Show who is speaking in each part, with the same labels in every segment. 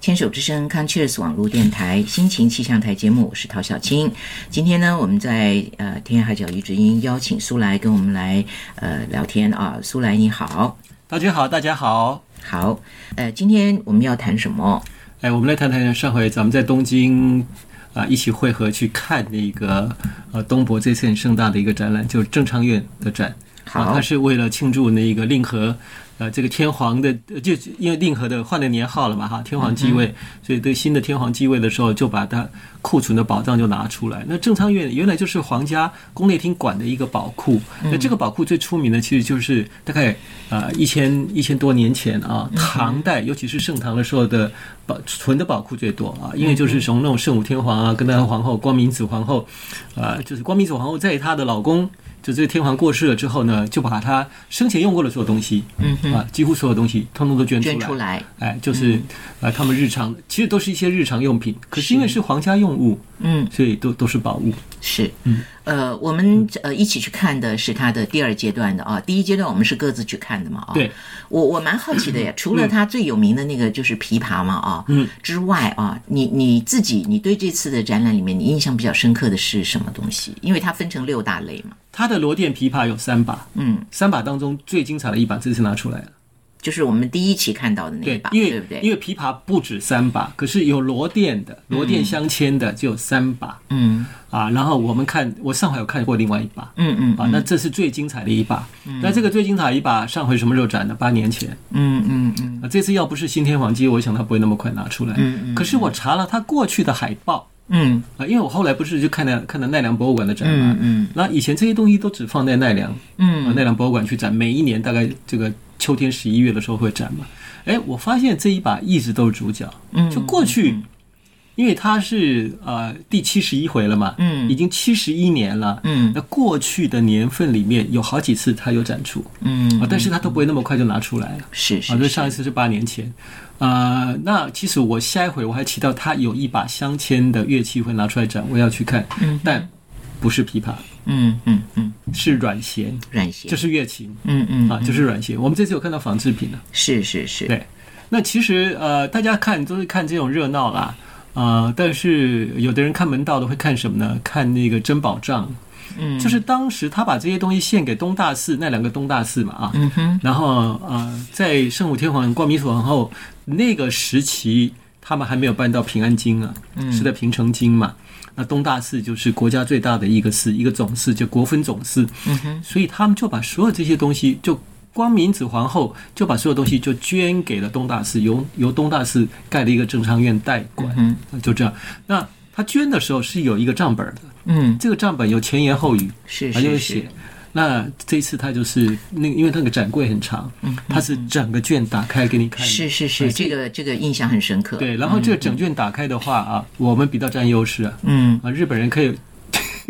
Speaker 1: 牵手之声 c o n c h e r s 网络电台心情气象台节目，我是陶小青。今天呢，我们在呃天涯海角鱼之音邀请苏来跟我们来呃聊天啊，苏来你好，
Speaker 2: 大家好，大家好。
Speaker 1: 好，呃，今天我们要谈什么？
Speaker 2: 哎，我们来谈谈上回咱们在东京啊、一起会合去看那个呃东博这次很盛大的一个展览，就是正昌院的展。啊，
Speaker 1: 好
Speaker 2: 它，是为了庆祝那个令和，呃，这个天皇的，呃就因为令和的换了年号了嘛，哈，天皇继位，所以对新的天皇继位的时候，就把它库存的宝藏就拿出来。那正仓院原来就是皇家宫内厅管的一个宝库，那这个宝库最出名的其实就是大概啊一千一千多年前啊，唐代尤其是盛唐的时候的宝存的宝库最多啊，因为就是从那种圣武天皇啊，跟他的皇后光明子皇后，啊，就是光明子皇后在她的老公。就这个天皇过世了之后呢，就把他生前用过的所有东西，
Speaker 1: 嗯哼，
Speaker 2: 啊，几乎所有东西通通都捐出
Speaker 1: 捐
Speaker 2: 来。
Speaker 1: 出来，嗯
Speaker 2: 哎，就是啊、他们日常其实都是一些日常用品，可是因为是皇家用物，
Speaker 1: 嗯，
Speaker 2: 所以都都是宝物。
Speaker 1: 是，
Speaker 2: 嗯
Speaker 1: 呃，我们呃一起去看的是它的第二阶段的啊，第一阶段我们是各自去看的嘛啊。
Speaker 2: 对，
Speaker 1: 我我蛮好奇的 呀，除了它最有名的那个就是琵琶嘛啊，
Speaker 2: 嗯，
Speaker 1: 之外啊，你你自己你对这次的展览里面你印象比较深刻的是什么东西？因为它分成六大类嘛，
Speaker 2: 他的罗甸琵琶有三把，
Speaker 1: 嗯，
Speaker 2: 三把当中最精彩的一把这次拿出来了。
Speaker 1: 就是我们第一期看到的那一把，
Speaker 2: 因为
Speaker 1: 不对？
Speaker 2: 因为琵琶不止三把，可是有罗甸的、罗甸镶嵌的就有三把、
Speaker 1: 嗯
Speaker 2: 啊。然后我们看，我上回有看过另外一把。
Speaker 1: 嗯嗯
Speaker 2: 啊，那这是最精彩的一把。那这个最精彩的一把，上回什么时候展的？八年前。
Speaker 1: 嗯嗯嗯，
Speaker 2: 啊，这次要不是新天皇机，我想他不会那么快拿出来。可是我查了他过去的海报
Speaker 1: 嗯
Speaker 2: 啊，因为我后来不是就看了看了奈良博物馆的展嘛，
Speaker 1: 嗯
Speaker 2: 那以前这些东西都只放在奈良，
Speaker 1: 嗯
Speaker 2: 啊，奈良博物馆去展，每一年大概这个秋天十一月的时候会展嘛。哎，我发现这一把一直都是主角，
Speaker 1: 嗯
Speaker 2: 就过去，因为它是呃第七十一回了嘛，
Speaker 1: 嗯
Speaker 2: 已经七十一年了，
Speaker 1: 嗯
Speaker 2: 那过去的年份里面有好几次它有展出啊
Speaker 1: 嗯，，
Speaker 2: 但是它都不会那么快就拿出来了。
Speaker 1: 是是
Speaker 2: 啊，对，
Speaker 1: 是
Speaker 2: 上一次是八年前，呃，那其实我下一回我还提到他有一把镶嵌的乐器会拿出来展，我要去看，但不是琵琶，
Speaker 1: 嗯嗯嗯，
Speaker 2: 是阮弦，
Speaker 1: 软鞋，
Speaker 2: 就是乐琴
Speaker 1: 嗯嗯
Speaker 2: 啊，就是阮弦。我们这次有看到仿制品了、
Speaker 1: 是是是，
Speaker 2: 对。那其实呃，大家看都是看这种热闹啦，呃，但是有的人看门道的会看什么呢？看那个珍宝帐。
Speaker 1: 嗯
Speaker 2: 就是当时他把这些东西献给东大寺那两个东大寺嘛啊，
Speaker 1: 嗯哼
Speaker 2: 然后呃，在圣武天皇、光明天皇后那个时期，他们还没有搬到平安京啊，
Speaker 1: 嗯
Speaker 2: 是在平城京嘛。那东大寺就是国家最大的一个寺，一个总寺，就国分总寺。
Speaker 1: 嗯哼
Speaker 2: 所以他们就把所有这些东西，就光明子皇后就把所有东西就捐给了东大寺，由由东大寺盖了一个正昌院代管，
Speaker 1: 嗯
Speaker 2: 就这样。那他捐的时候是有一个账本的，
Speaker 1: 嗯
Speaker 2: 这个账本有前言后语，
Speaker 1: 是
Speaker 2: 他啊就是写
Speaker 1: 是，。
Speaker 2: 那这次他就是那个，因为那个展柜很长，他是整个卷打开给你看的。
Speaker 1: 嗯是是是，这个这个印象很深刻。
Speaker 2: 对，然后这个整卷打开的话啊，我们比较占优势啊，
Speaker 1: 嗯，
Speaker 2: 啊，日本人可以，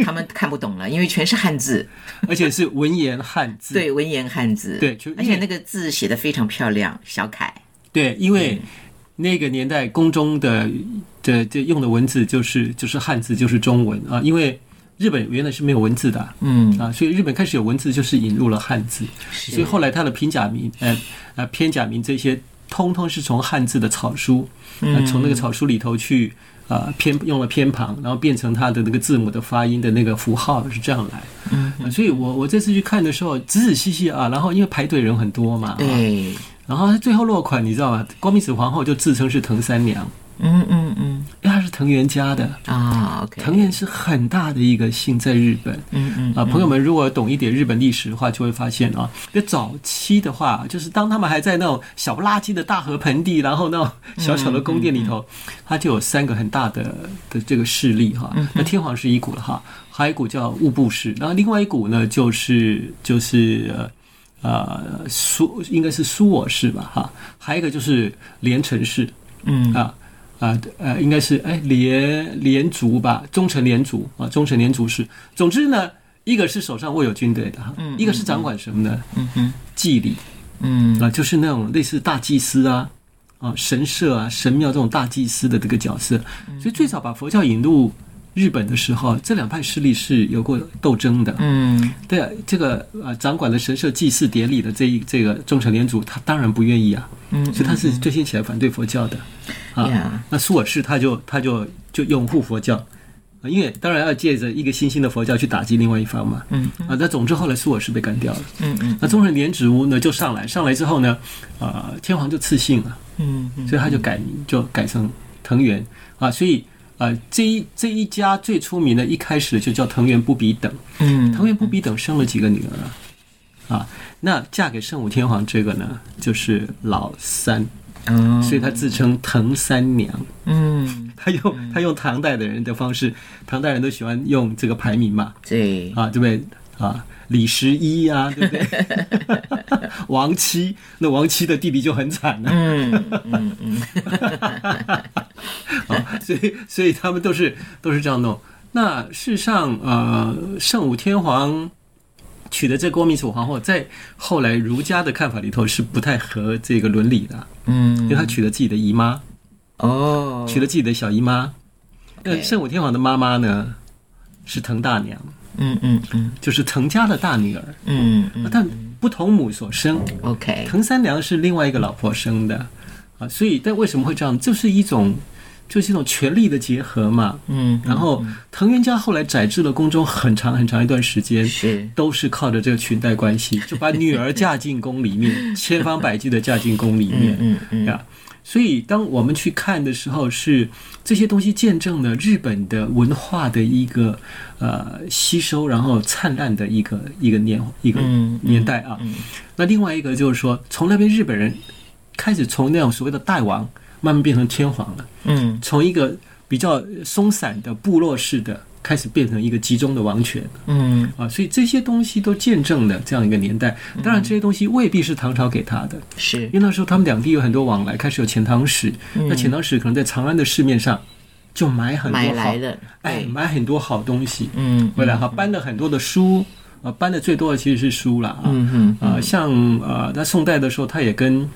Speaker 1: 他们看不懂了，因为全是汉字，
Speaker 2: 而且是文言汉字。
Speaker 1: 对，文言汉字，
Speaker 2: 对就
Speaker 1: 而且那个字写的非常漂亮，小楷，
Speaker 2: 对，因为那个年代宫中的的这用的文字就是就是汉字就是中文啊，因为日本原来是没有文字的啊
Speaker 1: 嗯，
Speaker 2: 啊，所以日本开始有文字就是引入了汉字，所以后来它的平假名、呃呃偏假名这些，通通是从汉字的草书，呃、从那个草书里头去呃偏用了偏旁，然后变成它的那个字母的发音的那个符号是这样来。嗯、所以我我这次去看的时候，仔仔细细啊，然后因为排队人很多嘛，
Speaker 1: 对，
Speaker 2: 然后它最后落款你知道吗？光明子皇后就自称是藤三娘，
Speaker 1: 嗯嗯嗯，
Speaker 2: 因为她是藤原家的，
Speaker 1: 啊，OK，
Speaker 2: 藤原是很大的一个姓，在日本。
Speaker 1: 嗯嗯
Speaker 2: 啊，朋友们，如果懂一点日本历史的话，就会发现啊，那早期的话，就是当他们还在那种小不拉几的大河盆地，然后那种小小的宫殿里头，它就有三个很大的的这个势力哈。那天皇是一股了哈，还有一股叫物部氏，然后另外一股呢就是就是呃呃苏应该是苏我氏吧哈，还有一个就是连城氏
Speaker 1: 嗯
Speaker 2: 啊。啊呃，应该是哎连连族吧，忠臣连族啊，忠臣连族是。总之呢，一个是手上握有军队的哈，一个是掌管什么呢？
Speaker 1: 嗯哼
Speaker 2: 祭礼
Speaker 1: 嗯
Speaker 2: 啊，就是那种类似大祭司啊。啊，神社啊，神庙这种大祭司的这个角色，
Speaker 1: 嗯
Speaker 2: 所以最早把佛教引入日本的时候，这两派势力是有过斗争的。
Speaker 1: 嗯
Speaker 2: 对啊，这个呃，掌管了神社祭祀典礼的这一这个忠臣连族，他当然不愿意啊，
Speaker 1: 嗯
Speaker 2: 所以他是最先起来反对佛教的啊。
Speaker 1: 呀
Speaker 2: 那苏尔士他就他就就拥护佛教，啊，因为当然要借着一个新兴的佛教去打击另外一方嘛。
Speaker 1: 嗯
Speaker 2: 啊，那总之后来苏尔士被干掉了，
Speaker 1: 嗯嗯
Speaker 2: 那宗仁莲植屋呢就上来，上来之后呢，啊，天皇就赐姓了，
Speaker 1: 嗯嗯
Speaker 2: 所以他就改名就改成藤原啊，所以。啊，这一这一家最出名的，一开始就叫藤原不比等。
Speaker 1: 嗯
Speaker 2: 藤原不比等生了几个女儿啊？啊，那嫁给圣武天皇这个呢，就是老三，
Speaker 1: 嗯，
Speaker 2: 所以他自称藤三娘。
Speaker 1: 嗯
Speaker 2: 他用他用唐代的人的方式，唐代人都喜欢用这个排名嘛，
Speaker 1: 对
Speaker 2: 啊，对不对啊？李十一啊，对不对？ 王七，那王七的弟弟就很惨了、
Speaker 1: 嗯嗯嗯
Speaker 2: 啊，所以所以他们都是都是这样弄。那事实上，呃，圣武天皇娶的这个光明楚皇后，在后来儒家的看法里头是不太合这个伦理的， 因为
Speaker 1: 嗯
Speaker 2: 她娶了自己的姨妈，
Speaker 1: 哦，
Speaker 2: 娶了自己的小姨妈。那
Speaker 1: OK
Speaker 2: 圣武天皇的妈妈呢，是滕大娘。
Speaker 1: 嗯嗯嗯
Speaker 2: 就是滕家的大女儿，
Speaker 1: 嗯嗯
Speaker 2: 但不同母所生。
Speaker 1: ，OK，
Speaker 2: 滕三娘是另外一个老婆生的，啊，所以但为什么会这样？就是一种，就是一种权力的结合嘛。
Speaker 1: 嗯，
Speaker 2: 然后藤原家后来宰制了宫中很长很长一段时间，
Speaker 1: 是
Speaker 2: 都是靠着这个裙带关系，就把女儿嫁进宫里 面，千方百计的嫁进宫里面。
Speaker 1: 嗯嗯
Speaker 2: 呀。所以，当我们去看的时候是，这些东西见证了日本的文化的一个呃吸收，然后灿烂的一个一个年一个
Speaker 1: 嗯
Speaker 2: 年代啊。
Speaker 1: 嗯
Speaker 2: 那另外一个就是说，从那边日本人开始从那种所谓的大王，慢慢变成天皇了，
Speaker 1: 嗯
Speaker 2: 从一个比较松散的部落式的，开始变成一个集中的王权。
Speaker 1: 嗯
Speaker 2: 啊，所以这些东西都见证了这样一个年代。当
Speaker 1: 嗯
Speaker 2: 然，这些东西未必是唐朝给他的，
Speaker 1: 是
Speaker 2: 因为那时候他们两地有很多往来，开始有钱塘使。
Speaker 1: 嗯
Speaker 2: 那钱塘使可能在长安的市面上就买很
Speaker 1: 买
Speaker 2: 多
Speaker 1: 来
Speaker 2: 好，
Speaker 1: 了，
Speaker 2: 哎，买很多好东西
Speaker 1: 嗯
Speaker 2: 回来哈，搬了很多的书，啊，搬的最多的其实是书了啊。
Speaker 1: 嗯
Speaker 2: 啊，像呃，在宋代的时候，他也跟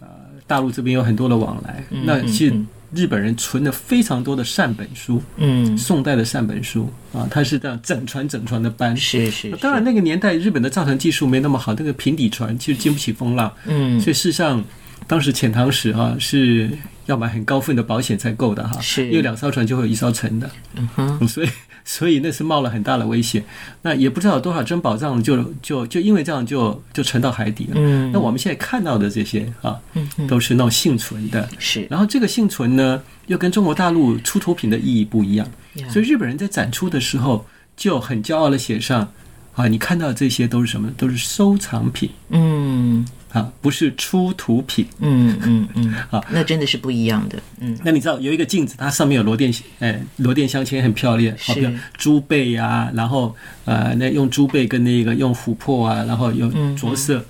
Speaker 2: 呃大陆这边有很多的往来。
Speaker 1: 嗯
Speaker 2: 那其实日本人存了非常多的善本书，
Speaker 1: 嗯
Speaker 2: 宋代的善本书啊，他是这样整船整船的搬
Speaker 1: 嗯，。是是，
Speaker 2: 当然，那个年代日本的造船技术没那么好，那个平底船其实经不起风浪，
Speaker 1: 嗯
Speaker 2: 所以事实上，当时遣唐使哈、啊是要买很高份的保险才够的哈、
Speaker 1: 是
Speaker 2: 因为两艘船就会有一艘沉的，
Speaker 1: 嗯哼
Speaker 2: 嗯所以所以那是冒了很大的危险。那也不知道有多少珍宝藏就就就因为这样就就沉到海底了。
Speaker 1: 嗯
Speaker 2: 那我们现在看到的这些啊，
Speaker 1: 嗯嗯
Speaker 2: 都是那种幸存的，
Speaker 1: 是
Speaker 2: 然后这个幸存呢，又跟中国大陆出土品的意义不一样，
Speaker 1: 呀
Speaker 2: 所以日本人在展出的时候就很骄傲的写上啊，你看到的这些都是什么？都是收藏品
Speaker 1: 嗯
Speaker 2: 啊，不是出土品。
Speaker 1: 嗯嗯嗯，那真的是不一样的，嗯
Speaker 2: 那你知道有一个镜子，它上面有罗钿，哎，罗钿镶嵌很漂亮，好漂亮
Speaker 1: 是，
Speaker 2: 珠贝啊，然后呃，那用珠贝跟那个用琥珀啊，然后
Speaker 1: 嗯
Speaker 2: 用着色，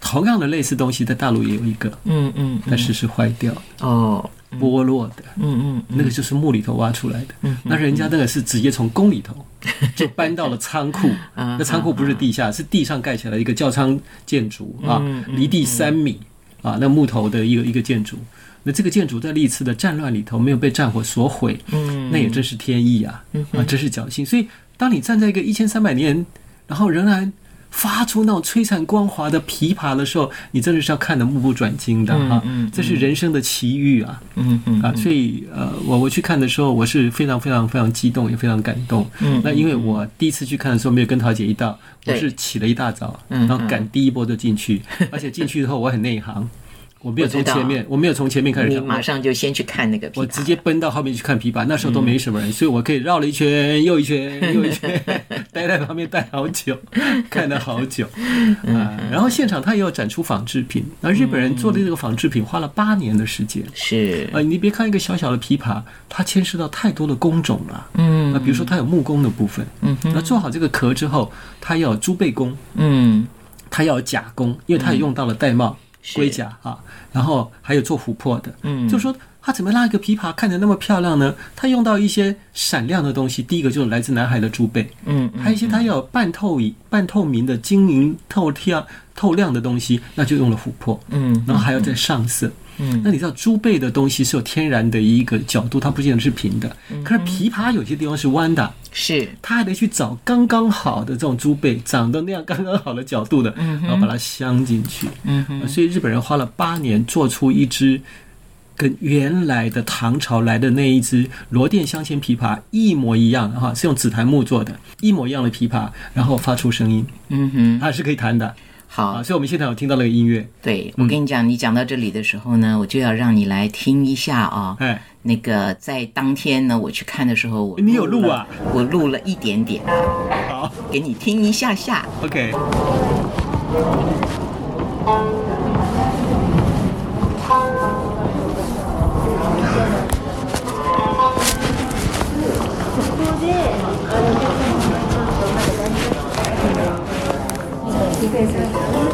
Speaker 2: 同样的类似东西在大陆也有一个，
Speaker 1: 嗯嗯
Speaker 2: 但是是坏掉、
Speaker 1: 哦，
Speaker 2: 剥落的，
Speaker 1: 嗯嗯
Speaker 2: 那个就是墓里头挖出来的。
Speaker 1: 嗯
Speaker 2: 那人家那个是直接从宫里头 就搬到了仓库，
Speaker 1: 啊
Speaker 2: 那仓库不是地下，是地上盖起来一个教仓建筑啊
Speaker 1: 嗯，嗯
Speaker 2: 离地三米啊，那木头的一个一个建筑。那这个建筑在历次的战乱里头没有被战火所毁，
Speaker 1: 嗯
Speaker 2: 那也真是天意啊，啊，真是侥幸。所以，当你站在一个一千三百年，然后仍然发出那种璀璨光华的琵琶的时候，你真的是要看得目不转睛的啊
Speaker 1: 嗯嗯嗯！
Speaker 2: 这是人生的奇遇啊！
Speaker 1: 嗯嗯
Speaker 2: 啊，所以呃，我我去看的时候，我是非常非常非常激动，也非常感动。
Speaker 1: 嗯
Speaker 2: 那因为我第一次去看的时候没有跟桃姐一道，我
Speaker 1: 对
Speaker 2: 是起了一大早，
Speaker 1: 嗯
Speaker 2: 然后赶第一波就进去，而且进去以后我很内行，我没有
Speaker 1: 我知
Speaker 2: 从
Speaker 1: 道
Speaker 2: 前面，我没有从前面开始
Speaker 1: 你
Speaker 2: 看，
Speaker 1: 马
Speaker 2: 我
Speaker 1: 上就先去看嗯那个琵琶，
Speaker 2: 我直接奔到后面去看琵琶，那时候都没什么人，所以我可以绕了一圈又一圈又一圈， 待在旁边待好久，看了好久
Speaker 1: 嗯
Speaker 2: 啊。然后现场他也有展出仿制品，那日本人做
Speaker 1: 嗯
Speaker 2: 的这个仿制品花了八年的时间。
Speaker 1: 是
Speaker 2: 啊，你别看一个小小的琵琶，它牵涉到太多的工种了。
Speaker 1: 嗯
Speaker 2: 那比如说，它有木工的部分，
Speaker 1: 嗯
Speaker 2: 那做好这个壳之后，它要有猪背工，
Speaker 1: 嗯
Speaker 2: 它要有甲工，因为它也用到了玳瑁、
Speaker 1: 是
Speaker 2: 龟甲啊，然后还有做琥珀的。
Speaker 1: 嗯
Speaker 2: 就说它怎么让一个琵琶看着那么漂亮呢？它用到一些闪亮的东西，第一个就是来自南海的猪背，
Speaker 1: 嗯
Speaker 2: 还有一些它要有半透明、半透明的晶莹透亮、透亮的东西，那就用了琥珀，
Speaker 1: 嗯
Speaker 2: 然后还要再上色。
Speaker 1: 嗯
Speaker 2: 那你知道猪背
Speaker 1: 嗯
Speaker 2: 的东西是有天然的一个角度，它不见得是平的。可是琵琶有些地方是弯的，
Speaker 1: 是
Speaker 2: 他还得去找刚刚好的这种猪背，长得那样刚刚好的角度的，然后把它镶进去。
Speaker 1: 嗯
Speaker 2: 呃所以日本人花了八年做出一只跟原来的唐朝来的那一只罗甸镶嵌琵琶一模一样的哈，是用紫檀木做的，一模一样的琵琶，然后发出声音，
Speaker 1: 嗯哼，
Speaker 2: 它是可以弹的
Speaker 1: 好
Speaker 2: 啊。，所以我们现在有听到那个音乐，
Speaker 1: 对我跟你讲，你讲到这里的时候呢，我就要让你来听一下啊、
Speaker 2: 哎，
Speaker 1: 那个在当天呢，我去看的时候，我
Speaker 2: 你有录
Speaker 1: 了
Speaker 2: 啊？
Speaker 1: 我录了一点点，
Speaker 2: 好
Speaker 1: 给你听一下下。
Speaker 2: ，OK。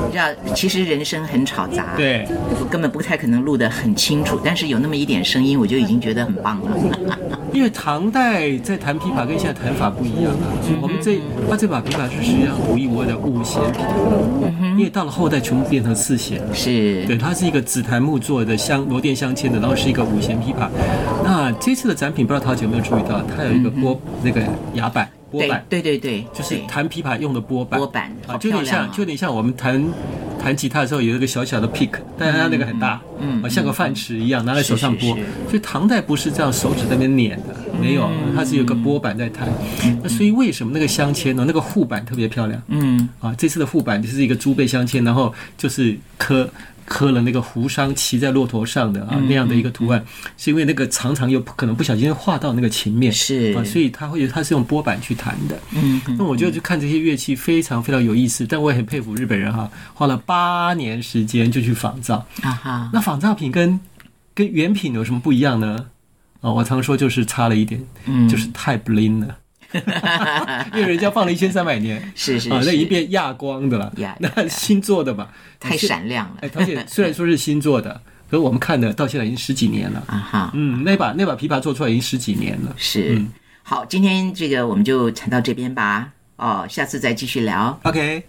Speaker 1: 你知道，其实人生很吵杂，
Speaker 2: 对，
Speaker 1: 我根本不太可能录得很清楚，但是有那么一点声音，我就已经觉得很棒了。
Speaker 2: 因为唐代在弹琵琶跟现在弹法不一样啊，我们这他这把琵琶是实际上独一无二的五弦琵琶，因为到了后代全部变成四弦了。
Speaker 1: 是，
Speaker 2: 对，它是一个紫檀木做的镶螺钿镶嵌的，然后是一个五弦琵琶。那这次的展品，不知道陶姐有没有注意到，它有一个拨、那个牙板拨
Speaker 1: 对
Speaker 2: 板，
Speaker 1: 对对对，
Speaker 2: 就是
Speaker 1: 对
Speaker 2: 弹琵琶用的拨板。
Speaker 1: 拨板好
Speaker 2: 啊，就有点
Speaker 1: 漂亮
Speaker 2: 像，
Speaker 1: 啊
Speaker 2: 就有点像我们弹弹吉他的时候有一个小小的 pick，但是它那个很大，
Speaker 1: 嗯嗯
Speaker 2: 啊，像个饭匙一样拿在手上拨。
Speaker 1: 是是嗯
Speaker 2: 所以唐代不是这样手指在那边捻的，没有，它是有个拨板在弹。那所以为什么那个镶嵌呢？那个护板特别漂亮。
Speaker 1: 嗯，
Speaker 2: 啊，这次的副板就是一个猪背镶嵌，然后就是刻刻了那个胡商骑在骆驼上的啊
Speaker 1: 嗯
Speaker 2: 那样的一个图案，是因为那个常常有可能不小心画到那个琴面
Speaker 1: 是
Speaker 2: 啊，所以它会它是用拨板去弹的。
Speaker 1: 嗯哼
Speaker 2: 那我就去看这些乐器非常非常有意思，但我也很佩服日本人哈、花了八年时间就去仿造。
Speaker 1: 啊哈，
Speaker 2: 那仿造品跟跟原品有什么不一样呢？啊、我常说就是差了一点，
Speaker 1: 嗯
Speaker 2: 就是太 bling 了，因为人家放了一千三百年。
Speaker 1: 是是
Speaker 2: 啊，那
Speaker 1: 是，
Speaker 2: 一变亚光的了
Speaker 1: 呀，呀
Speaker 2: 那
Speaker 1: 呀
Speaker 2: 新做的吧，
Speaker 1: 太闪亮了
Speaker 2: 哎，而 且虽然说是新做的，可是我们看的到现在已经十几年了。
Speaker 1: 啊哈，
Speaker 2: 嗯，那把那把琵琶做出来已经十几年了。
Speaker 1: 是。好，今天这个我们就谈到这边吧。哦，下次再继续聊。
Speaker 2: OK。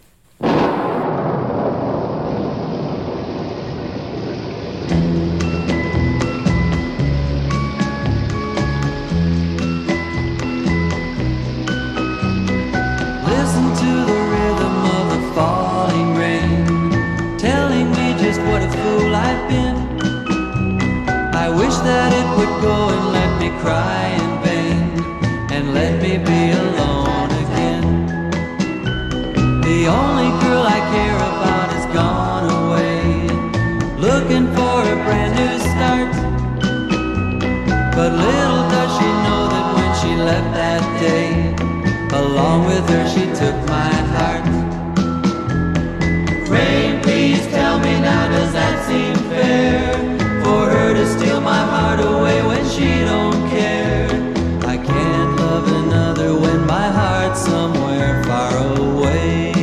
Speaker 3: Listen to the rhythm of the falling rain, telling me just what a fool I've been. I wish that it would go and let me cry in vain, and let me be alone again. The only girl I care about is gone away, looking for a brand new start. But little does she know that when she left that day, along with her she took my heart. Rain, please tell me now, does that seem fair? For her to steal my heart away when she don't care. I can't love another when my heart's somewhere far away.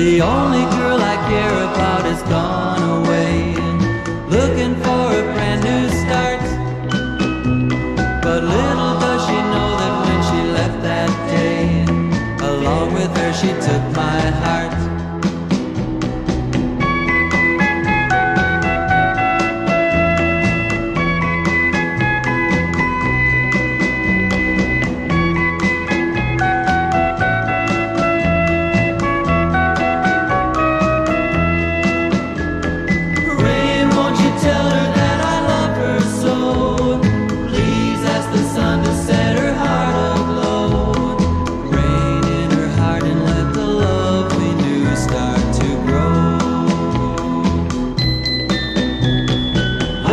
Speaker 3: The only girl I care about is gone away. Looking for a brand new start. But little does she know that when she left that day, along with her she took my heart. Rain, won't you tell her that I love her so? Please ask the sun to set her heart aglow. Rain in her heart and let the love we knew start to grow.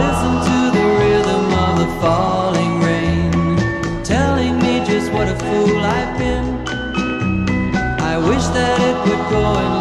Speaker 3: Listen to the rhythm of the falling rain, telling me just what a fool I've been. I wish that it would go and Oh, Oh,